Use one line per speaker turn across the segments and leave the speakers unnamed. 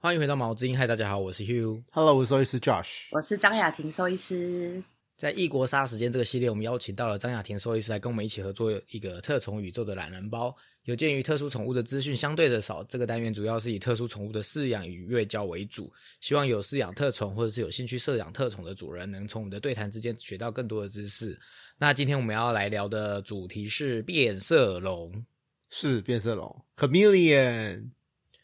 欢迎回到毛之音，嗨，大家好，我是 Hugh。
Hello，我是兽医师 Josh。
我是张雅婷兽医师。
在异国杀时间这个系列，我们邀请到了张雅婷兽医师来跟我们一起合作一个特宠宇宙的懒人包。有鉴于特殊宠物的资讯相对的少，这个单元主要是以特殊宠物的饲养与喂教为主。希望有饲养特宠或者是有兴趣饲养特宠的主人，能从我们的对谈之间学到更多的知识。那今天我们要来聊的主题是变色龙。
是变色龙 Chameleon。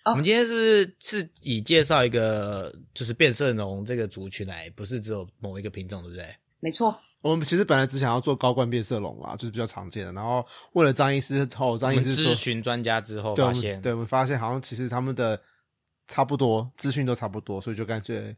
哦
我们今天是不是是以介绍一个就是变色龙这个族群来，不是只有某一个品种，对不对？
没错，
我们其实本来只想要做高冠变色龙啦，就是比较常见的。然后问了张医师之后，
我
张医
们
师说
咨，询专家之后
对，我
发
们
现，
对我们发现好像其实他们的差不多，资讯都差不多，所以就干脆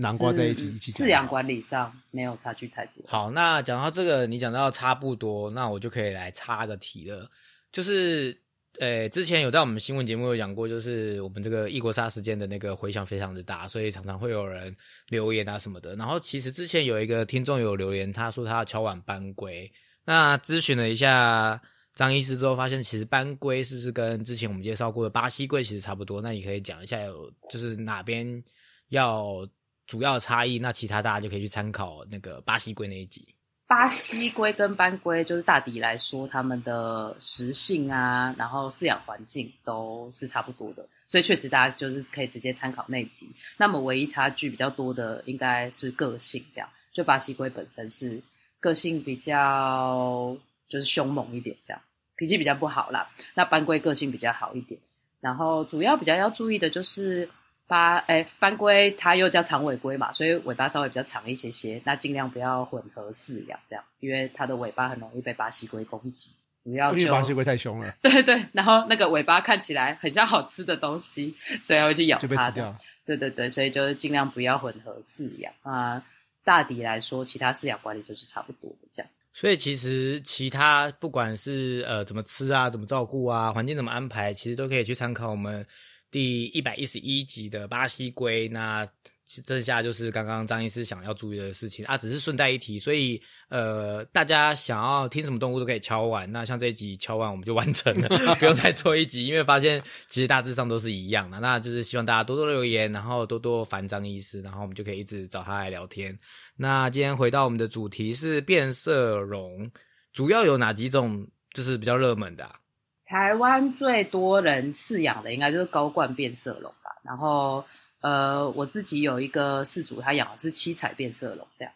南瓜在一起
饲
一起讲
饲养管理上没有差距太多。
好，那讲到这个，你讲到差不多，那我就可以来插个题了，就是。呃，之前有在我们新闻节目有讲过，就是我们这个异国杀事件的那个回响非常的大，所以常常会有人留言啊什么的。然后其实之前有一个听众有留言，他说他要敲碗班规，那咨询了一下张医师之后，发现其实班龟是不是跟之前我们介绍过的巴西龟其实差不多？那你可以讲一下有就是哪边要主要的差异，那其他大家就可以去参考那个巴西龟那一集。
巴西龟跟斑龟就是大抵来说，它们的食性啊，然后饲养环境都是差不多的，所以确实大家就是可以直接参考那一集。那么唯一差距比较多的应该是个性，这样就巴西龟本身是个性比较就是凶猛一点，这样脾气比较不好啦。那斑龟个性比较好一点，然后主要比较要注意的就是巴哎斑龟它又叫长尾龟嘛，所以尾巴稍微比较长一些些，那尽量不要混合饲养这样，因为它的尾巴很容易被巴西龟攻击。主要
哦因为
就
巴西龟太凶了，
对对，然后那个尾巴看起来很像好吃的东西，所以它会去咬
就被
它
吃
的
掉。
对对对，所以就是尽量不要混合饲养啊。大抵来说，其他饲养管理就是差不多的这样。
所以其实其他不管是呃怎么吃啊、怎么照顾啊、环境怎么安排，其实都可以去参考我们第一百一十一集的巴西龟。那剩下就是刚刚张医师想要注意的事情啊，只是顺带一提。所以呃，大家想要听什么动物都可以敲完。那像这一集敲完我们就完成了， 不用再做一集，因为发现其实大致上都是一样的。那就是希望大家多多留言，然后多多烦张医师，然后我们就可以一直找他来聊天。那今天回到我们的主题是变色龙，主要有哪几种就是比较热门的、啊？
台湾最多人饲养的应该就是高冠变色龙吧。然后，呃，我自己有一个饲主，他养的是七彩变色龙这样。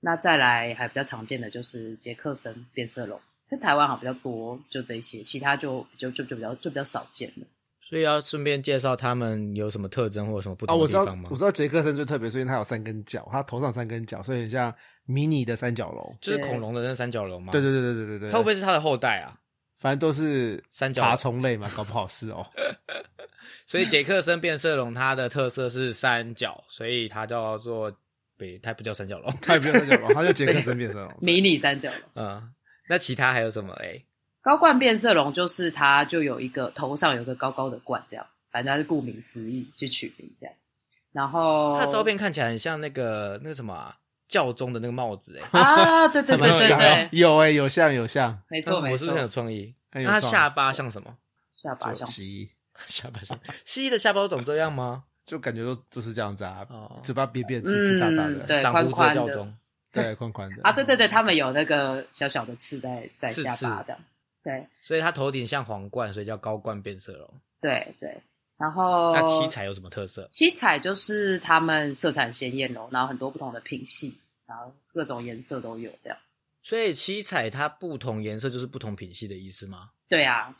那再来还比较常见的就是杰克森变色龙，在台湾好像比较多，就这些，其他就就就就比较就比较少见了。
所以要顺便介绍他们有什么特征或有什么不
啊，
同
我
的
知
地
道
方吗？，
我知道杰克森最特别，是因为它有三根角，它头上有三根角，所以很像迷你的三角龙。
就是恐龙的那三角龙吗？
对对对对对对对，
啊它会不会是它的后代啊？
反正都是
三角龙
爬虫类嘛，搞不好是哦。
所以杰克森变色龙它的特色是三角，所以它叫做北，它不叫三角龙。
它也不用三角龙，它就杰克森变色龙。
迷你三角龙。
嗯，那其他还有什么哎嘞？
高冠变色龙就是它就有一个头上有一个高高的冠，这样，反正它是顾名思义去取名这样。然后
它的照片看起来很像那个那个什么啊、教宗的那个帽子哎、
啊，对对
还
对
蛮
对
像的
对，
有哎、有像有像，
没错
嗯
没
我是不是，
错
很有创意？
很
那
有
它
创意
下巴像什么？
下巴
就
像
蜥蜴，
下巴像蜥蜴的下巴都长这样吗？
就感觉都都是这样子啊，
哦
嘴巴扁扁、刺刺大大的，
嗯对
长
宽
胡子
宽
教
的
宗。
对，宽宽的
啊，对对对，他们有那个小小的刺在在
嗯刺
下巴
刺
这样，对
所以它头顶像皇冠，所以叫高冠变色龙。
对对，然后
那七彩有什么特色？
七彩就是它们色彩很鲜艳哦，然后很多不同的品系，然后各种颜色都有这样。
所以七彩它不同颜色就是不同品系的意思吗？
对啊，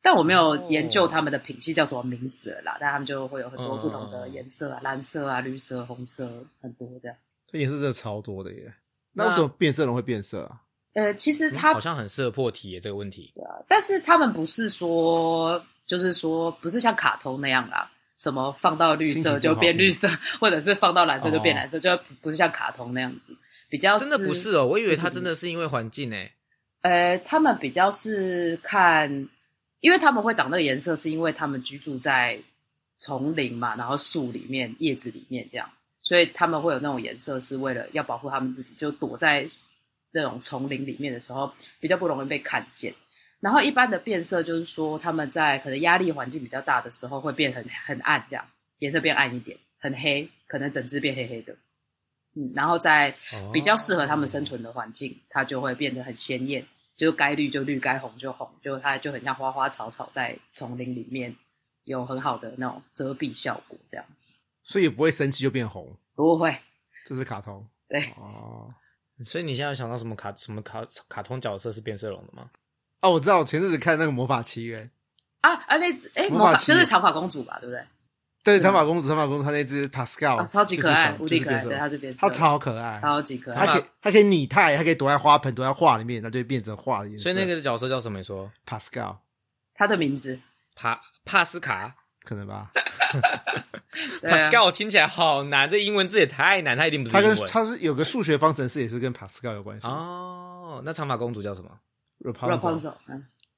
但我没有
哦
研究他们的品系叫什么名字了啦，但他们就会有很多
嗯
不同的颜色啊，蓝色啊、绿色、红色，很多这样。
这颜色真的超多的耶。
那
那为什么变色龙会变色啊？
呃，其实
嗯
它，
好像很适合破题耶这个问题。
但是他们不是说，就是说不是像卡通那样啦，什么放到绿
心情不
色
好
就变
嗯
绿色，或者是放到蓝色就变
哦
蓝色，就不是像卡通那样子，比较
真的不是哦，我以为它真的是因为环境诶。
呃，他们比较是看，因为他们会长那个颜色，是因为他们居住在丛林嘛，然后树里面、叶子里面这样，所以他们会有那种颜色，是为了要保护他们自己，就躲在那种丛林里面的时候，比较不容易被看见。然后一般的变色就是说，他们在可能压力环境比较大的时候，会变很很暗这样，颜色变暗一点，很黑，可能整只变黑黑的。嗯，然后在
哦
比较适合它们生存的环境，它就会变得很鲜艳，就该绿就绿，该红就红，就它就很像花花草草在丛林里面有很好的那种遮蔽效果，这样子
所以也不会生气就变红，
不会
这是卡通
对。
哦。
所以你现在有想到什么卡什么卡卡通角色是变色龙的吗？
哦，我知道，我前阵子看那个《魔法奇缘》，
啊啊，那只哎，
魔
魔
法
法
奇
就
缘
是长发公主吧，对不对？
对，
是
长发公主，长发公主她那只 Pascal，、
啊，超级可爱，无敌可爱，
哦就是
对，
变
它
色
是变色
她
龙，
超可爱，
超级可
她
爱。
可以她可以拟态，她可以躲在花盆，躲在画里面，那就会变成画的颜色。
所以那个角色叫什么？你说
Pascal
它的名字，
帕帕斯卡
可能吧，
对啊
Pascal 听起来好难，这英文字也太难，它一定不是
她跟
英文。
她是有个数学方程式，也是跟 Pascal 有关系。
哦，那长发公主叫什么？
Rapunzel，
Rapunzel，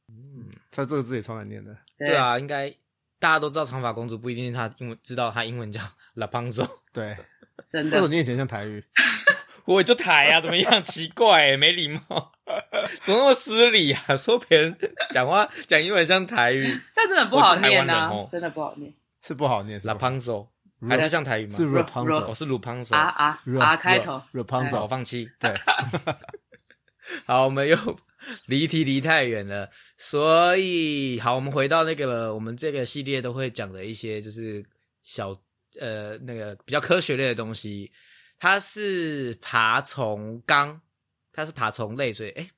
嗯，
她这个字也超难念的。
对，啊，应该大家都知道长发公主，不一定她英文知道她英文叫 Rapunzel。
对，
真
或者
的，
念起来像台语。
我就抬啊，怎么样？奇怪、没礼貌，怎么那么失礼啊？ 说别人讲话讲英文像台语
但真的很不好念
我是台湾人
呐
哦，
真的不好念。
是不好念，是吧
，Rapunzel 还是像台语吗？
是
我
Rapunzel，
是 Rapunzel
啊啊啊开头，哎
我
Rapunzel，
放弃。
对，
好，我们又离题离太远了，所以好，我们回到那个了，我们这个系列都会讲的一些就是小呃那个比较科学类的东西，它是爬虫纲，它是爬虫类，所以哎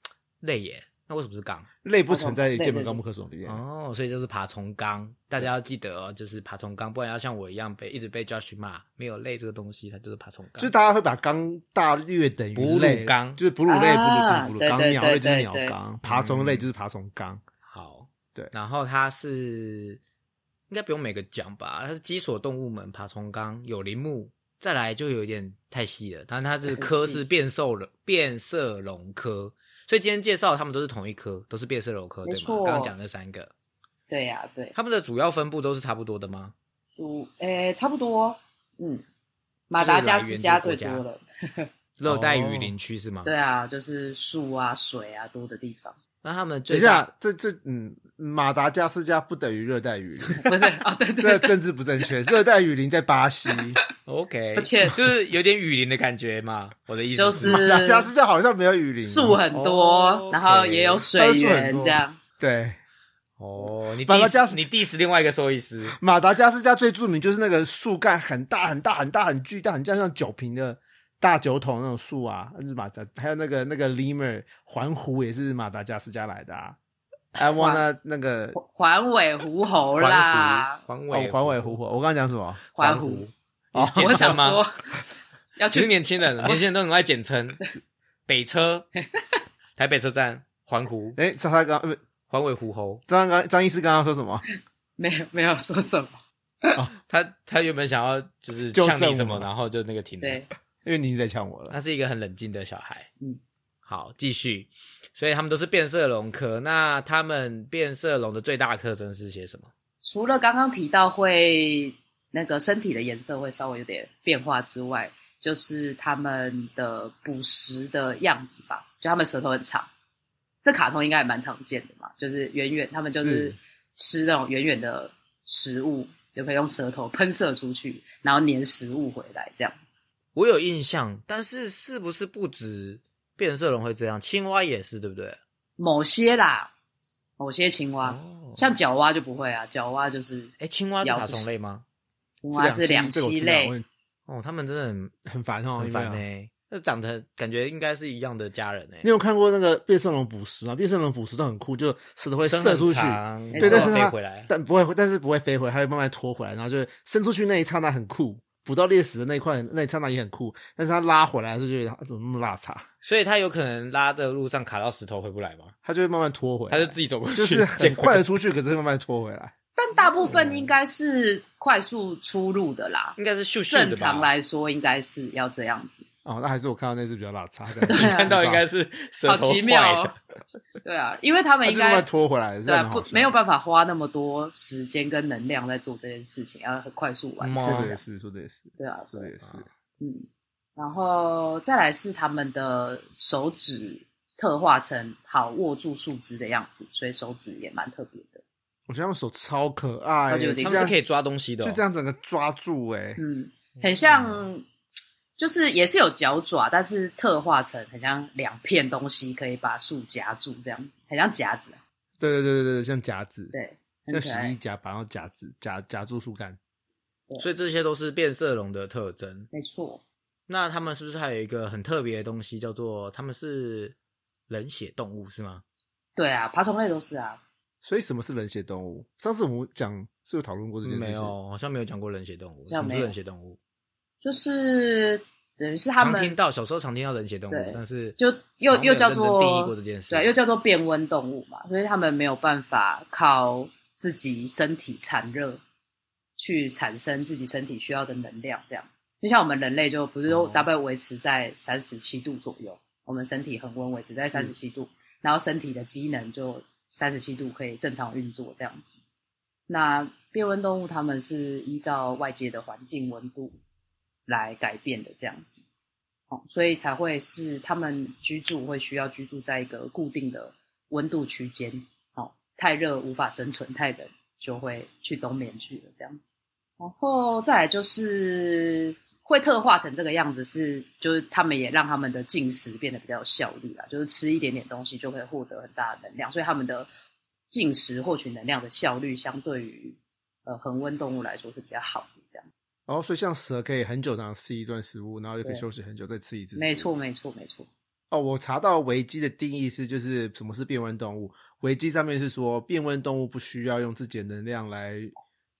类耶，那为什么是纲？
类不存在键盘纲目科属里面。
哦，所以就是爬虫纲，大家要记得哦，就是爬虫纲，不然要像我一样被一直被 Josh 骂，没有类这个东西，它就是爬虫纲，
就是大家会把纲大略等于
哺乳
类
纲
就是哺乳类、哺乳就是
啊
哺乳
对
纲，
对
鸟
对
类就是
对
鸟
对嗯
纲，爬虫类就是爬虫纲。
好，
对
然后它是应该不用每个讲吧？它是基索动物门、爬虫纲、有鳞目，再来就有点太细了。但它这个科
很细
是变兽了，变色龙科。所以今天介绍他们都是同一科，都是变色龙科，
没
对吗？
错
刚刚讲那三个，
对呀，对，
它们的主要分布都是差不多的吗？
主诶差不多，嗯，马达加斯加最多了。
热带雨林区是吗？
对。啊，就是树啊、水啊多的地方，
那它们
等
最
一
大
下，这这嗯，马达加斯加不等于热带雨林，
不是啊？对对
这
对，
政治不正确。热带雨林在巴西，
OK，
而且
就是有点雨林的感觉嘛。我的意思
就
就是
是
马达加斯加好像没有雨林啊。
嗯树很
哦
多，然后也有水
它的树很
源
多
这样。
对，
哦，你
马达加
diss
斯
你 diss 另外一个兽医师，
马达加斯加最著名就是那个树干很大很大很大很巨大，很像像酒瓶的大酒桶那种树啊，就是马达，还有那个那个 lemur 环湖也是马达加斯加来的啊。I wanna 那个
环尾狐猴啦，
环
哦
尾，
环尾狐，我刚刚讲什么？
环
湖
湖。
你简
哦我
称
想
吗？
说， 要
其实
去
年轻 人，年轻人都很爱简称，北车、台北车站、环湖、
哎，张三刚呃不
环尾湖猴。
张刚张医师刚刚说什么？
没有没有说什么，哦
他他原本想要就是
纠
呛
正
你什么，
我
然后就那个停了。
对，
因为你一直在呛我了。
他是一个很冷静的小孩。
嗯，
好，继续。所以他们都是变色龙科。那他们变色龙的最大特征是些什么？
除了刚刚提到会那个身体的颜色会稍微有点变化之外，就是它们的捕食的样子吧，就它们舌头很长，这卡通应该也蛮常见的嘛，就是远远它们就是
是
吃那种远远的食物，就可以用舌头喷射出去，然后粘食物回来这样。
我有印象，但是是不是不止变色龙会这样？青蛙也是，对不对？
某些啦，某些青蛙，
哦
像角蛙就不会啊，角蛙就是
哎，青蛙是
咬
爬
出
虫
去
类吗？
青蛙是两
这个我
栖
听到
类
我，很
哦，他们真的很
很烦哦，
很烦欸
因
呢、
为啊
那长得感觉应该是一样的家人呢、欸
你有看过那个变色龙捕食吗？变色龙捕食都很酷，就舌头会
伸
射出
很
去，
长
没
对，
错
但是
飞
它
回来。
但不会，但是不会飞回来，它会慢慢拖回来，然后就伸出去那一刹那很酷，捕到猎食的那一块那一刹那也很酷，但是它拉回来的时候就觉得它啊怎么那么拉碴，
所以他有可能拉的路上卡到石头回不来吗？
它就会慢慢拖回来，
他就自己走过去，
就是很
捡回
快
来
的出去，可是慢慢拖回来。
但大部分应该是快速出入的啦。
应该嗯是咻咻的吧
正常，来说，应该是要这样子。
哦，那还是我看到那只比较拉 碴，感觉
对啊
看到应 该是舌
好
头
奇
坏了
妙、哦， 对啊，因为他
它
们
就是
应
慢
该
慢拖回来，这
对
样
啊
蛮好笑
不
的
没有办法花那么多时间跟能量在做这件事情，要很快速完
法
说
嗯
的
成
也。哦是，说的也是，
对啊，
说的也是，
嗯，然后再来是他们的手指特化成好握住树枝的样子，所以手指也蛮特别的。
我觉得他们手超可爱
那就
耶，
有
就
点
他
这
们是
样
可以抓东西的、哦，
就这样整个抓住哎，
嗯，很像，就是也是有脚爪，但是特化成很像两片东西，可以把树夹住，这样子，很像夹子，啊
对对对对对，像夹子，
对，
像
很可
洗
爱
衣，夹板，然后夹子夹夹住树干。
所以这些都是变色龙的特征。
没错，
那他们是不是还有一个很特别的东西，叫做他们是冷血动物是吗？
对啊，爬虫类都是啊，
所以什么是冷血动物？上次我们讲是有讨论过这件
嗯
事情，
嗯没有，好像没有讲过冷血动物。
好
什
像
么
没有
是冷血动物？
就是等于是他
常听
们
到小时候常听到冷血动物
对，
但是
就又
好像没有
又叫
认真
做
定义过这件事，
对，又叫做变温动物嘛，所以他们没有办法靠自己身体产热去产生自己身体需要的能量，这样。就像我们人类就不是都
哦
大概维持在三十七度左右，我们身体恒温维持在三十七度，然后身体的机能就三十七度可以正常运作这样子。那变温动物它们是依照外界的环境温度来改变的这样子，哦，所以才会是它们居住会需要居住在一个固定的温度区间，哦，太热无法生存，太冷就会去冬眠去了这样子。然后再来就是会特化成这个样子是，就是他们也让他们的进食变得比较有效率啦，就是吃一点点东西就可以获得很大的能量，所以他们的进食获取能量的效率相对于呃恒温动物来说是比较好的。这样，
然后所以像蛇可以很久这样吃一段食物，然后就可以
对
休息很久再吃一次。
没错，。没错，没错。
哦，我查到维基的定义是，就是什么是变温动物。维基上面是说，变温动物不需要用自己的能量来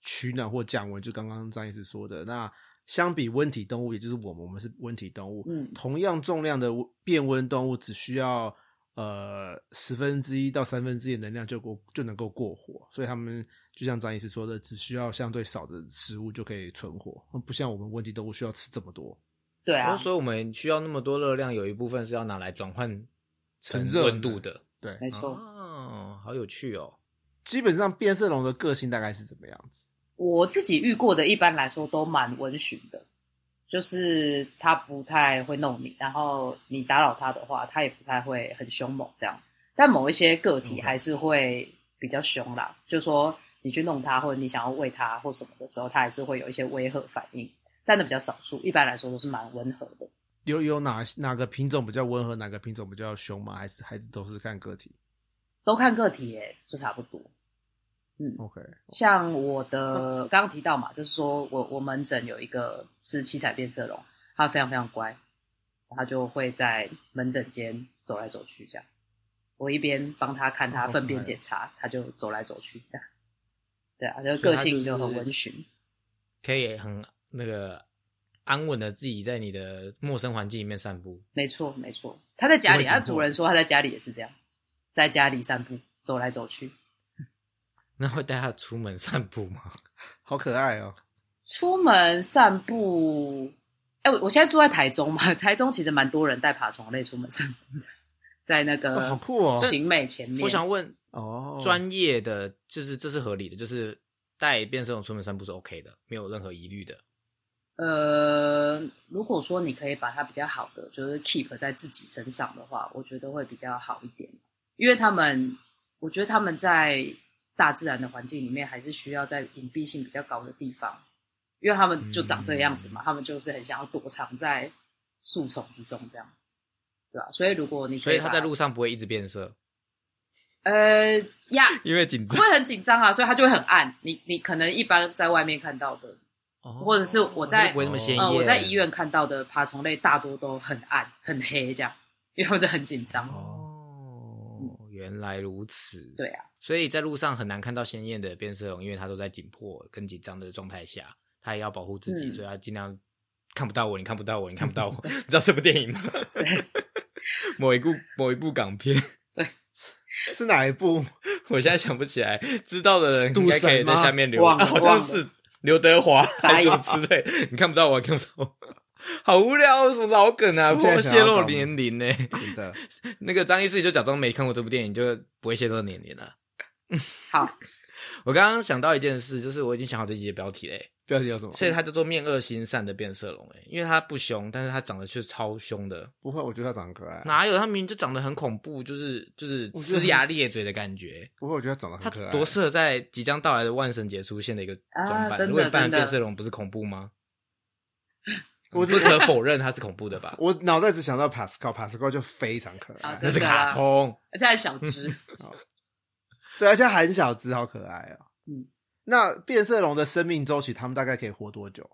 取暖或降温，就刚刚张医师说的。那相比温体动物，也就是我们，我们是温体动物，
嗯
同样重量的变温动物只需要呃十分之一到三分之一的能量就过就能够过活，所以他们就像张医师说的，只需要相对少的食物就可以存活，不像我们温体动物需要吃这么多。
对
然
啊
后，所以我们需要那么多热量，有一部分是要拿来转换成
成热
温度
能
的。
对，
没错。
哦，好有趣哦。
基本上变色龙的个性大概是怎么样子？
我自己遇过的，一般来说都蛮温驯的，就是它不太会弄你，然后你打扰它的话，它也不太会很凶猛这样。但某一些个体
OK
还是会比较凶啦，就说你去弄它，或者你想要喂它或什么的时候，它还是会有一些威吓反应，但那比较少数，一般来说都是蛮温和的。
有有哪哪个品种比较温和，哪个品种比较凶吗？还是还是都是看个体
都看个体耶、就差不多。嗯，
？OK，
像我的刚刚提到嘛，就是说我我门诊有一个是七彩变色龙，它非常非常乖，它就会在门诊间走来走去这样。我一边帮它看它
哦好
粪
可爱
便检查，它就走来走去这样。对啊，就个性就很温驯。
可以很那个安稳的自己在你的陌生环境里面散步。
没错没错，它在家
不会
里，
紧
它
迫
主人说它在家里也是这样，在家里散步走来走去。
那会带它出门散步吗？
好可爱哦！
出门散步，哎、我我现在住在台中嘛， 台中其实蛮多人带爬虫类出门散步的，在那
呃
哦好
个
酷哦！
晴美前面。
我想问
哦，
专业的，就是这是合理的，就是带变色龙出门散步是 OK 的，没有任何疑虑的。
呃，如果说你可以把它比较好的，就是 keep 在自己身上的话，我觉得会比较好一点，因为他们，我觉得他们在大自然的环境里面，还是需要在隐蔽性比较高的地方，因为他们就长这个样子
嗯
嘛，他们就是很想要躲藏在树丛之中这样，对吧、所以如果你可
所以
把
它在路上不会一直变色，
呃呀，
因为紧张，
会很紧张啊，所以它就会很暗。你你可能一般在外面看到的，或者是我在
它就不会那么鲜艳。
呃，我在医院看到的爬虫类大多都很暗、很黑这样，因为他们就很紧张。
哦，原来如此。
对啊，
所以在路上很难看到鲜艳的变色龙，因为它都在紧迫跟紧张的状态下，它也要保护自己，
嗯
所以它尽量看不到我，你看不到我，你看不到我。 你知道这部电影吗？某一部某一部港片，
是哪一部？
我现在想不起来，知道的人应该
赌神
可以在
吗
下面留言，
忘
啊
了
好像
忘
是刘德华
傻
还是什么
眼
之类。你看不到我，看不到我，好无聊哦，什么老梗啊，
我
不
现在想
泄
要
露
搞
年龄呢、
真的，
那个张医师就假装没看过这部电影，就不会泄露年龄了。
好，
我刚刚想到一件事，就是我已经想好这集的标题嘞。
标题叫什么？
所以它叫做面恶心善的变色龙、欸，因为它不凶，但是它长得却超凶的。
不会，我觉得它长得可爱。
哪有？它明明就长得很恐怖，就是就是
我觉得
呲牙咧嘴的感觉。
不会，我觉得它长得
它
很可爱。
多适合在即将到来的万圣节出现的一个装扮。
啊真的
如果你扮
真的
变色龙，不是恐怖 吗？
我
不可否认它是恐怖的吧？
我脑袋只想到 Pascal，Pascal 就非常可
啊
爱
那，是
真的啊
卡通。
而且还小只，
对，而且它很小只，好可爱哦。
嗯，
那变色龙的生命周期，它们大概可以活多久？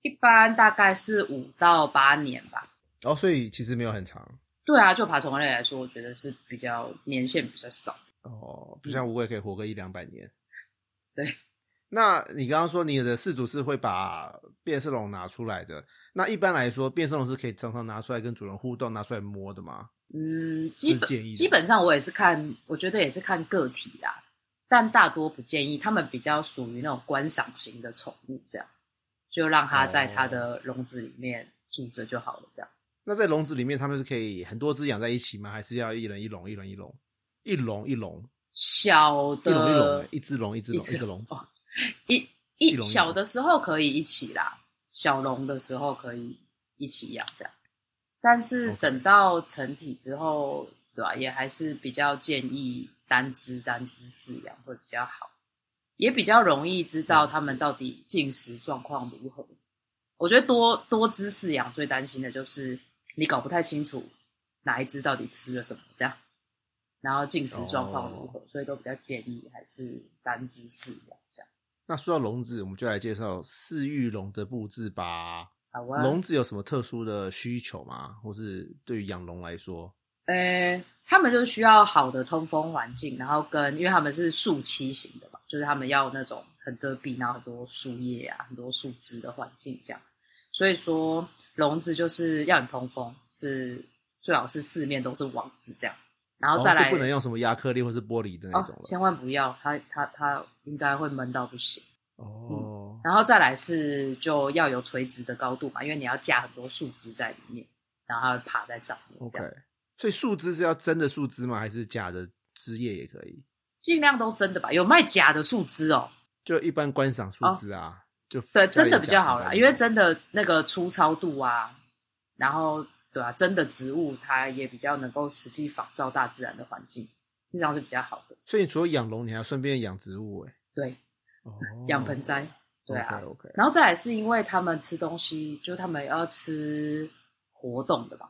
一般大概是五到八年吧。
哦，所以其实没有很长
对啊，就爬虫类来说，我觉得是比较年限比较少。
哦，不像无畏可以活个一两百年。
嗯对，
那你刚刚说你的饲主是会把变色龙拿出来的，那一般来说，变色龙是可以常常拿出来跟主人互动，拿出来摸的吗？
嗯，基
是建议
本
的
基本上我也是看，我觉得也是看个体啦，但大多不建议，他们比较属于那种观赏型的宠物，这样就让它在它的笼子里面住着就好了，这样。
那在笼子里面，它们是可以很多只养在一起吗？还是要一人一笼，一人一笼，一笼一笼，
小
一笼一笼、欸
的
一只笼一只笼
呃一只哦
一个笼子。
哇一
一笼一笼
小的时候可以一起啦，小笼的时候可以一起养这样，但是
OK
等到成体之后，对吧、也还是比较建议单只单只饲养会比较好，也比较容易知道它们到底进食状况如何。我觉得多多只饲养最担心的就是你搞不太清楚哪一只到底吃了什么这样。然后进食状况如
哦
何所以都比较建议还是单只饲养这样。
那说到笼子，我们就来介绍饲育笼的布置吧。
好啊，
笼子有什么特殊的需求吗？或是对于养龙来说，
呃，他们就是需要好的通风环境，然后跟因为他们是树栖型的嘛，就是他们要那种很遮蔽，然后很多树叶啊、很多树枝的环境这样。所以说笼子就是要很通风，是最好是四面都是网子这样，然后再
哦
来
是不能用什么亚克力或是玻璃的那种
哦，
了。
千万不要，它它它应该会闷到不行。嗯
哦，
然后再来是就要有垂直的高度嘛，因为你要架很多树枝在里面，然后它会爬在上面。
OK
这样。
所以树枝是要真的树枝吗？还是假的枝叶也可以？
尽量都真的吧，有卖假的树枝哦，
就一般观赏树枝啊，就
对，真的比较好
家
啦，
里
因
有假
为
的
真的那个粗糙度啊，然后对啊，真的植物它也比较能够实际仿照大自然的环境，这样是比较好的。
所以你除了养龙，你还要顺便养植物哎、
对，
哦，
养盆栽，对啊
o k OK，
然后再来是因为他们吃东西，就他们要吃活动的吧，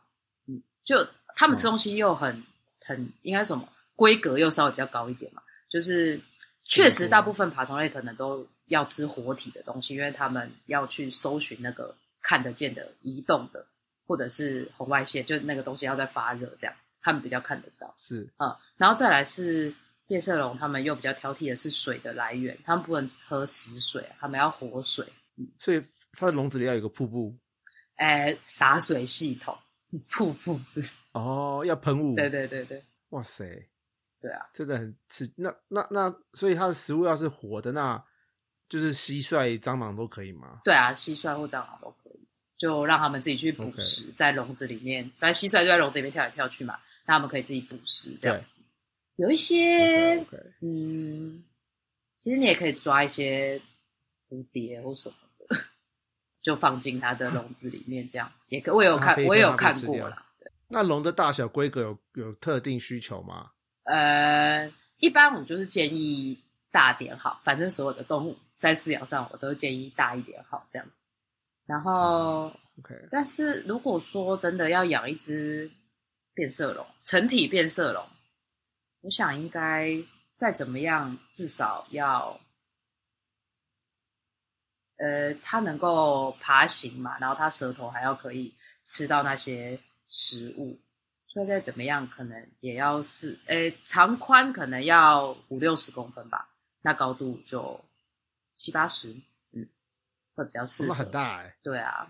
嗯，就他们吃东西又很、很应该什么规格又稍微比较高一点嘛，就是确实大部分爬虫类可能都要吃活体的东西，因为他们要去搜寻那个看得见的、移动的，或者是红外线，就是那个东西要在发热，这样他们比较看得到。
是
嗯，然后再来是变色龙，他们又比较挑剔的是水的来源，他们不能喝死水，啊他们要活水，
所以它的笼子里要有一个瀑布
哎，洒水系统， 瀑布是，
哦，要喷雾，
对，对对对
哇塞，
对啊，
真的很刺。那那那，所以它的食物要是活的，那就是蟋蟀、蟑螂都可以吗？
对啊，蟋蟀或蟑螂都可以，就让他们自己去捕
OK
食在笼子里面，反正蟋蟀就在笼子里面跳来跳去嘛，那他们可以自己捕食这样子。有一些
OK，
嗯，其实你也可以抓一些蝴蝶或什么的， 就放进它的笼子里面，这样也可。我也有
让它
看
飞，掉
我也有
让它
看
被吃
过
掉
啦。
那笼的大小规格有有特定需求吗？
呃，一般我就是建议大点好，反正所有的动物在饲养上，我都建议大一点好这样子。然后，
OK，
但是如果说真的要养一只变色龙，成体变色龙，我想应该再怎么样，至少要，呃，它能够爬行嘛，然后它舌头还要可以吃到那些食物，所以再怎么样，可能也要是，呃，长宽可能要五六十公分吧，那高度就七八十，嗯，会比较适
那
合。
很大哎、
对啊，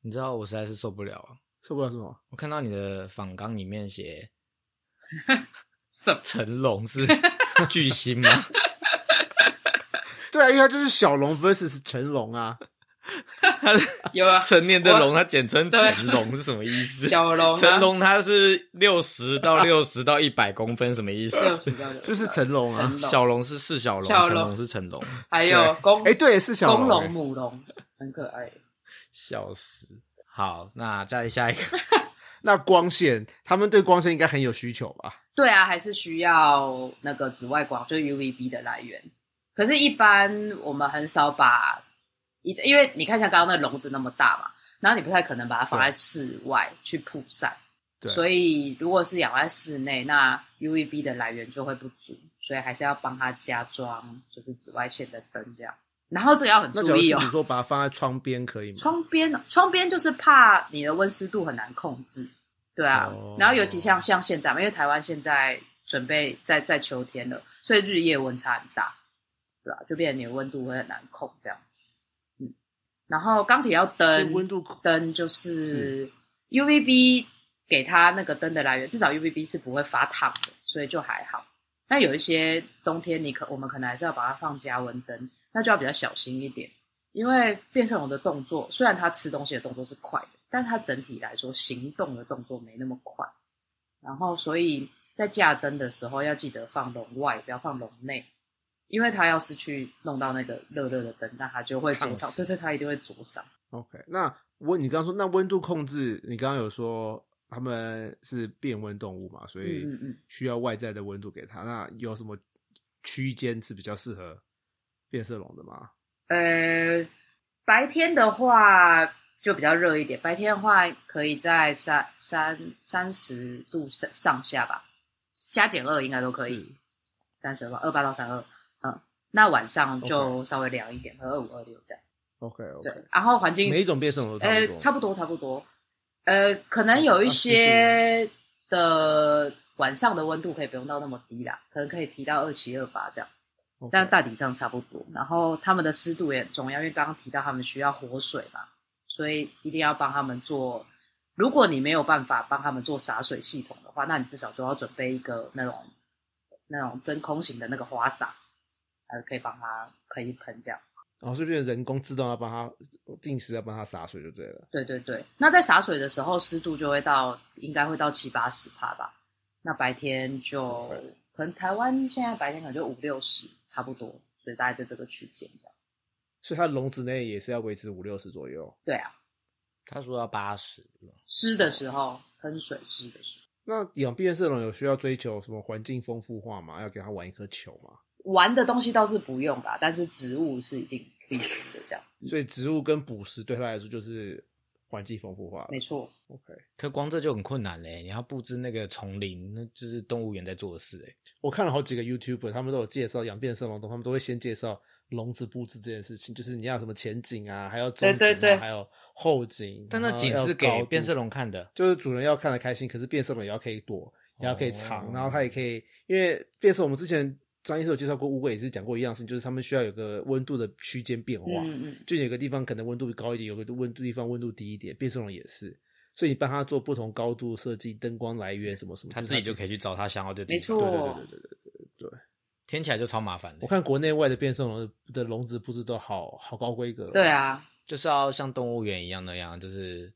你知道我实在是受不了啊！
受不了什么？
我看到你的访纲里面写
什么？
成龙是 巨星吗？
对啊，因为它就是小龙 versus 成龙啊，
有啊，
成年的
我
龙，它简称
对
成龙是什么意思？
小龙、啊，
成龙它是六十到六十到一百公分，什么意思？
六十个人，
就是成龙啊
成。龙
小龙是是小龙，
小龙
成龙是成龙，
还有公
哎，对，是小
公
龙哎
龙、
欸。
母龙，很可爱。
笑死。好，那再下一个，
那光线，他们对光线应该很有需求吧？
对啊，还是需要那个紫外光，就是 UVB 的来源。可是，一般我们很少把一，因为你看像刚刚那笼子那么大嘛，然后你不太可能把它放在室外去曝晒，
对，啊
所以如果是养在室内，那 UVB 的来源就会不足，所以还是要帮它加装就是紫外线的灯这样。然后这个要很
那
注
假如
意
是
哦
你，说把它放在窗边可以吗？
窗边哦，窗边就是怕你的温湿度很难控制，对啊。
哦
然后尤其像像现在嘛，因为台湾现在准备在在秋天了，所以日夜温差很大，对吧、就变成你的温度会很难控这样子。嗯，然后钢铁要
所以
灯，
温度
灯就是
是
UVB 给它那个灯的来源，至少 UVB 是不会发烫的，所以就还好。那有一些冬天你可我们可能还是要把它放加温灯，那就要比较小心一点，因为变成龙的动作虽然它吃东西的动作是快的，但它整体来说行动的动作没那么快。然后所以在架灯的时候要记得放笼外，不要放笼内，因为它要是去弄到那个热热的灯，那它就会灼
烫
伤，
死
对对，它一定会灼伤。
OK，那温你刚刚说那温度控制，你刚刚有说他们是变温动物嘛，所以
嗯嗯嗯
需要外在的温度给它。那有什么区间是比较适合变色龙的吗？
呃，白天的话就比较热一点，白天的话可以在三三三十度上上下吧，加减二应该都可以，三十吧，二八到三二，嗯，那晚上就稍微凉一点，和二五二六这样。
OK
对
OK，，
然后环境
每一种变色龙都差不
呃
多。哦
差不多差不多，呃，可能有一些的晚上的温度可以不用到那么低啦，可能可以提到二七二八这样。
OK
但大体上差不多。然后他们的湿度也很重要，因为刚刚提到他们需要活水嘛，所以一定要帮他们做。如果你没有办法帮他们做洒水系统的话，那你至少都要准备一个那种那种真空型的那个花洒，还可以帮他喷一喷这样。
然后顺便人工自动要帮它定时要帮它洒水就对了。
对对对，那在洒水的时候，湿度就会到应该会到七八十帕吧。那白天就可能台湾现在白天可能就五六十差不多，所以大概在这个区间这样。
所以它笼子内也是要维持五六十左右。
对啊，
他说要八十，
湿的时候喷水湿的时
那养变色龙有需要追求什么环境丰富化吗？要给它玩一颗球吗？
候，玩的东西倒是不用吧，但是植物是一定必须的。这样
所以植物跟捕食对它来说就是环境丰富化了
没。错，
OK，
可光这就很困难嘞，你要布置那个丛林，那就是动物园在做的事哎。
我看了好几个 YouTube，他们都有介绍养变色龙，他们都会先介绍笼子布置这件事情，就是你要什么前景啊，还要中景、啊，
对对对
还有后景，
但那
然后
景
要
是
高
给
度
变色，龙看的，
就是主人要看得开心，可是变色龙也要可以躲，也要可以藏，
哦
然后它也可以，因为变色龙我们之前张医师有介绍过，乌龟也是讲过一样事情，就是他们需要有个温度的区间变化，
嗯嗯，
就有个地方可能温度高一点，有个温度地方温度低一点，变色龙也是。所以你帮它做不同高度设计、灯光来源什么什么，
他
是
自己就可以去找他想要的地方。
没错
对对对对对对对。
听起来就超麻烦
我
的，
看国内外的变色龙的笼子布置都好好高规格。哦
对，啊，
就是要像动物园一样那样，就是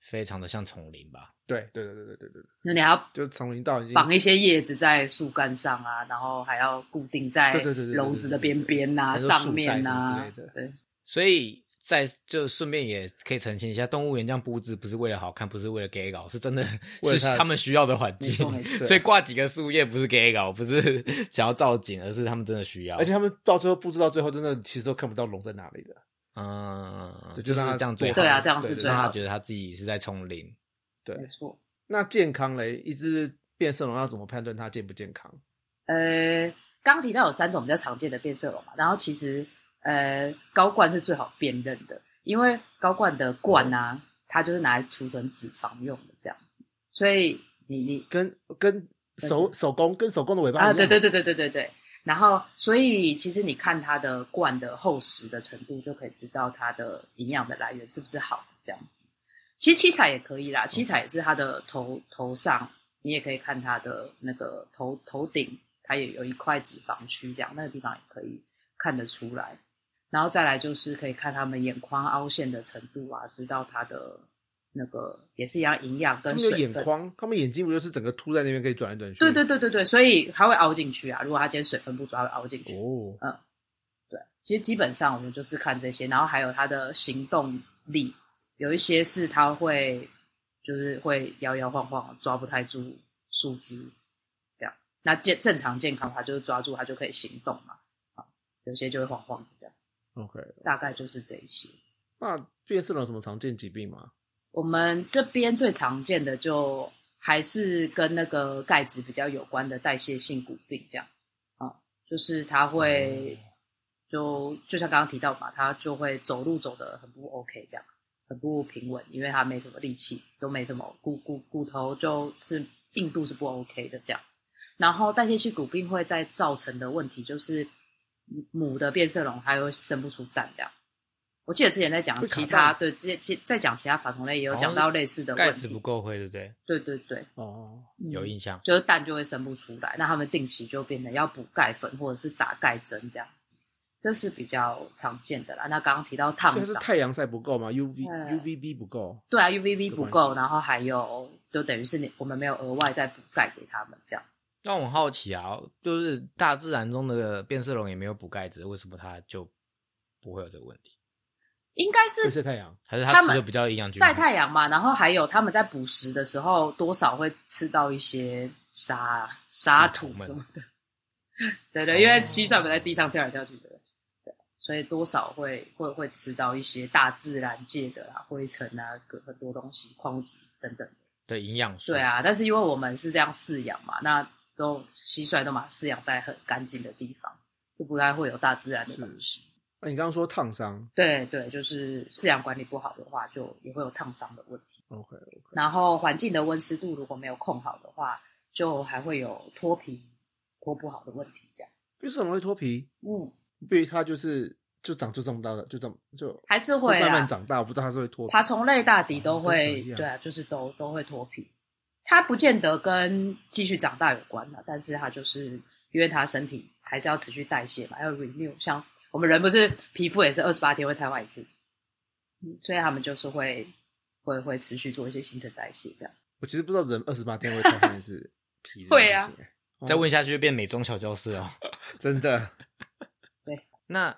非常的像丛林吧。
对对对对对对对，
那你还要
就是长林道已经
绑一些叶子在树干上啊，然后还要固定在
对对对对对
笼子的边边
还
呐、
是
上面啊呐、
树带什么之
对，
所以在就顺便也可以澄清一下，动物园这样布置不是为了好看，不是为了 gay 搞，是 真的
为了
是
它的
他们需要的环
没错啊没
境。
错。
所以挂几个树叶不是 gay 搞，不是 想要造景，而是他们真的需要。
而且，他们到最后布置到最后，真的其实都看不到龙在哪里的。
嗯，
对
就是
让它
这样最好。
对啊这样是
对对
最
让
好
他
的
觉得他自己是在丛林。
没错。
那健康嘞，一只变色龙要怎么判断它健不健康？
呃，刚提到有三种比较常见的变色龙嘛，然后其实呃高冠是最好辨认的，因为高冠的冠啊，它就是拿来储存脂肪用的这样子，所以你你
跟跟手手工跟手工的尾巴一
啊，
样
对对对对对对对。然后，所以其实你看它的罐的厚实的程度，就可以知道它的营养的来源是不是好这样子。其实七彩也可以啦，七彩也是它的头头上，你也可以看它的那个头头顶，它也有一块脂肪区，这样那个地方也可以看得出来。然后再来就是可以看他们眼眶凹陷的程度啊，知道它的那个也是一样营养
他
跟
们有
水
眼
分。
眶，他们眼睛不就是整个凸在那边可以转来转去？
对对对对对，所以它会凹进去啊。如果它今天水分不足，它会凹进去。
哦，
对，其实基本上我们就是看这些，然后还有他的行动力，有一些是他会就是会摇摇晃晃，抓不太住树枝，这样。那健正常健康，它就是抓住它就可以行动嘛。好有些就会晃晃这样，
，OK。
大概就是这一些。
那变色龙有什么常见疾病吗？
我们这边最常见的就还是跟那个钙质比较有关的代谢性骨病这样啊、就是它会
哦
就就像刚刚提到嘛，它就会走路走得很不 OK 这样，很不平稳，因为它没什么力气，都没什么骨骨骨头就是硬度是不 OK 的这样。然后代谢性骨病会再造成的问题就是母的变色龙它又生不出蛋这样。我记得之前在讲
会卡
其他
蛋
对，之前其在讲其他爬虫类也有讲到类似的
钙
问
质不
题，
够会，对不对？
对对对，
哦，
有
嗯
印象。
就是蛋就会生不出来，那他们定期就变成要补钙粉或者是打钙针这样子，这是比较常见的啦。那刚刚提到烫
所以它是
伤，
太阳晒不够吗？UV
嗯
UVB 不够，
对啊，UVB 不
有关
够，然后还有就等于是你我们没有额外再补钙给他们这样。
那我很好奇啊，就是大自然中的变色龙也没有补钙质，为什么它就不会有这个问题？
应该是
会晒太阳。
还是它
它
吃
们
的比较营养均衡？
晒太阳嘛，然后还有他们在捕食的时候，多少会吃到一些沙沙土
嗯
什么的。 对对，因为蟋蟀不在地上跳来跳去的，对，所以多少会会会吃到一些大自然界的啊灰尘啊，各很多东西、矿物质等等。
的营养素。
对，啊，但是因为我们是这样饲养嘛，那都蟋蟀都嘛饲养在很干净的地方，就不太会有大自然的东西。
那啊你刚刚说烫伤
对对，就是饲养管理不好的话，就也会有烫伤的问题。
，OK，
然后环境的温湿度如果没有控好的话，就还会有脱皮、脱不好的问题。这样，
为什么会脱皮？
嗯，
对于它就是就长就这么大的，就这么就
还是
会
会
慢慢
啊。
长大，我不知道它是会脱皮。
爬虫类大抵都
哦跟蛇
会
一，样
对啊，就是都都会脱皮。它不见得跟继续长大有关了，但是它就是因为它身体还是要持续代谢嘛，要 renew。像我们人不是皮肤也是二十八天会汰换一次，嗯，所以他们就是会会会持续做一些新陈代谢这样。
我其实不知道人二十八天会脱皮是 皮这件事情。
会啊
哦，
再问下去就变美妆小教室哦。
真的
那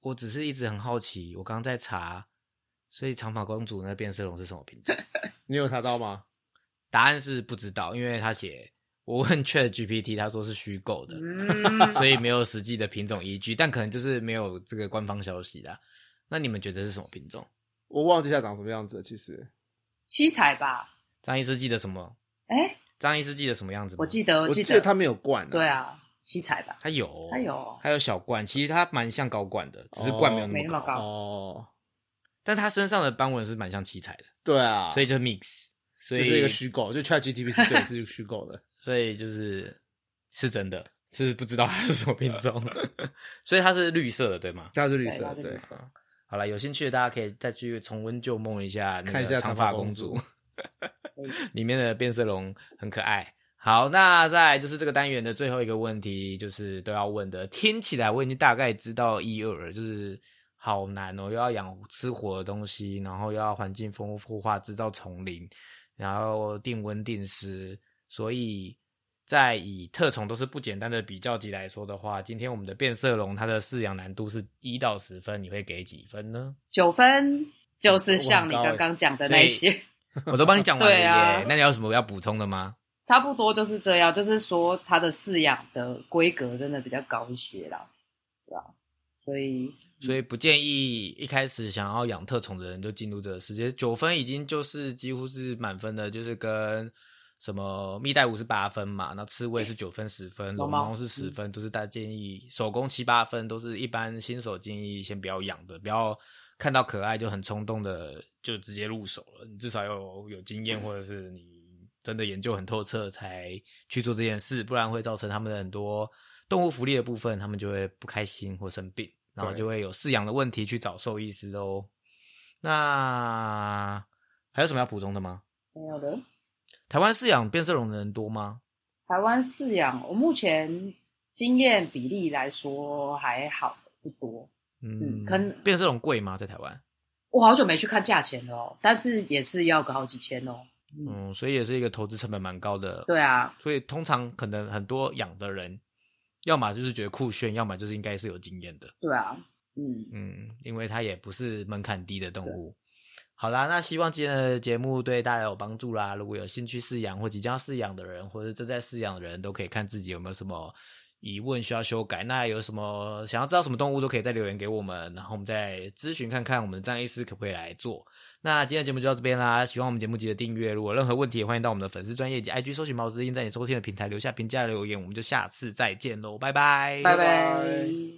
我只是一直很好奇，我刚刚在查，所以长发公主那变色龙是什么品种？
你有查到吗？
答案是不知道，因为他写我问 Chat GPT，他说是虚构的，
嗯，
所以没有实际的品种依据，但可能就是没有这个官方消息啦。那你们觉得是什么品种？
我忘记它长什么样子了。其实
七彩吧？
张医师记得什么？
哎、
张医师记得什么样子吗？
我记得，
我
记
得它没有冠、
嗯
啊，
对，啊，七彩吧，哎
他有，
它有
还有小罐，其实它蛮像高罐的，只是罐没有那
没
么高，
那么高。
哦，
但它身上的斑纹是蛮像七彩的，
对啊，
所以就 mix，所
就
以
是一个虚构，就 ChatGPT 是对，是虚构的。
所以就是是真的，是不知道它是什么品 种，所以它是绿色的，对吗？
它是绿
对
色
它
的，
是
对
绿色，
好了，有兴趣的大家可以再去重温旧梦一下，
看一下
长
长
发
发
公
公
主
主
里面的变色龙很可爱。好，那再来就是这个单元的最后一个问题，就是都要问的。听起来我已经大概知道一二了，就是好难哦，又要养吃活的东西，然后又要环境丰富化，制造丛林，然后定温定湿，所以在以特宠都是不简单的比较级来说的话，今天我们的变色龙它的饲养难度是一到十分，你会给几分呢？
九分
哦
就是像你
哇
哎
很高欸
刚刚讲的那些，
我都帮你讲完了耶。
对啊
那你有什么要补充的吗？
差不多就是这样。就是说，它的饲养的规格真的比较高一些啦，对吧、所以
所以不建议一开始想要养特宠的人就进入这个世界。九分已经就是几乎是满分的，就是跟什么蜜袋鼯是八分嘛，那刺猬是九分十分，
龙
龙
猫嗯
猫是十分，都是大家建议手工七八分，都是一般新手建议先不要养的，不要看到可爱就很冲动的就直接入手了。你至少有有经验，或者是你真的研究很透彻才去做这件事，不然会造成他们的很多动物福利的部分，他们就会不开心或生病，然后
对
就会有饲养的问题去找兽医师哦。那还有什么要补充的吗？
没有的。
台湾饲养变色龙的人多吗？
台湾饲养，我目前经验比例来说还好，不多。
嗯
嗯，可能
变成这种贵吗？在台湾？
我好久没去看价钱了哦，但是也是要个好几千哦。
嗯，所以也是一个投资成本蛮高的。
对啊，
所以通常可能很多养的人，要么就是觉得酷炫，要么就是应该是有经验的。
对啊，嗯，
嗯，因为它也不是门槛低的动物。好啦，那希望今天的节目对大家有帮助啦。如果有兴趣饲养或即将饲养的人，或者正在饲养的人，都可以看自己有没有什么疑问需要修改。那有什么想要知道什么动物，都可以再留言给我们，然后我们再咨询看看我们的张医师可不可以来做。那今天的节目就到这边啦，喜欢我们节目记得订阅。如果有任何问题，也欢迎到我们的粉丝专业及 IG 搜寻毛之音，在你收听的平台留下评价留言。我们就下次再见喽，拜拜，
拜拜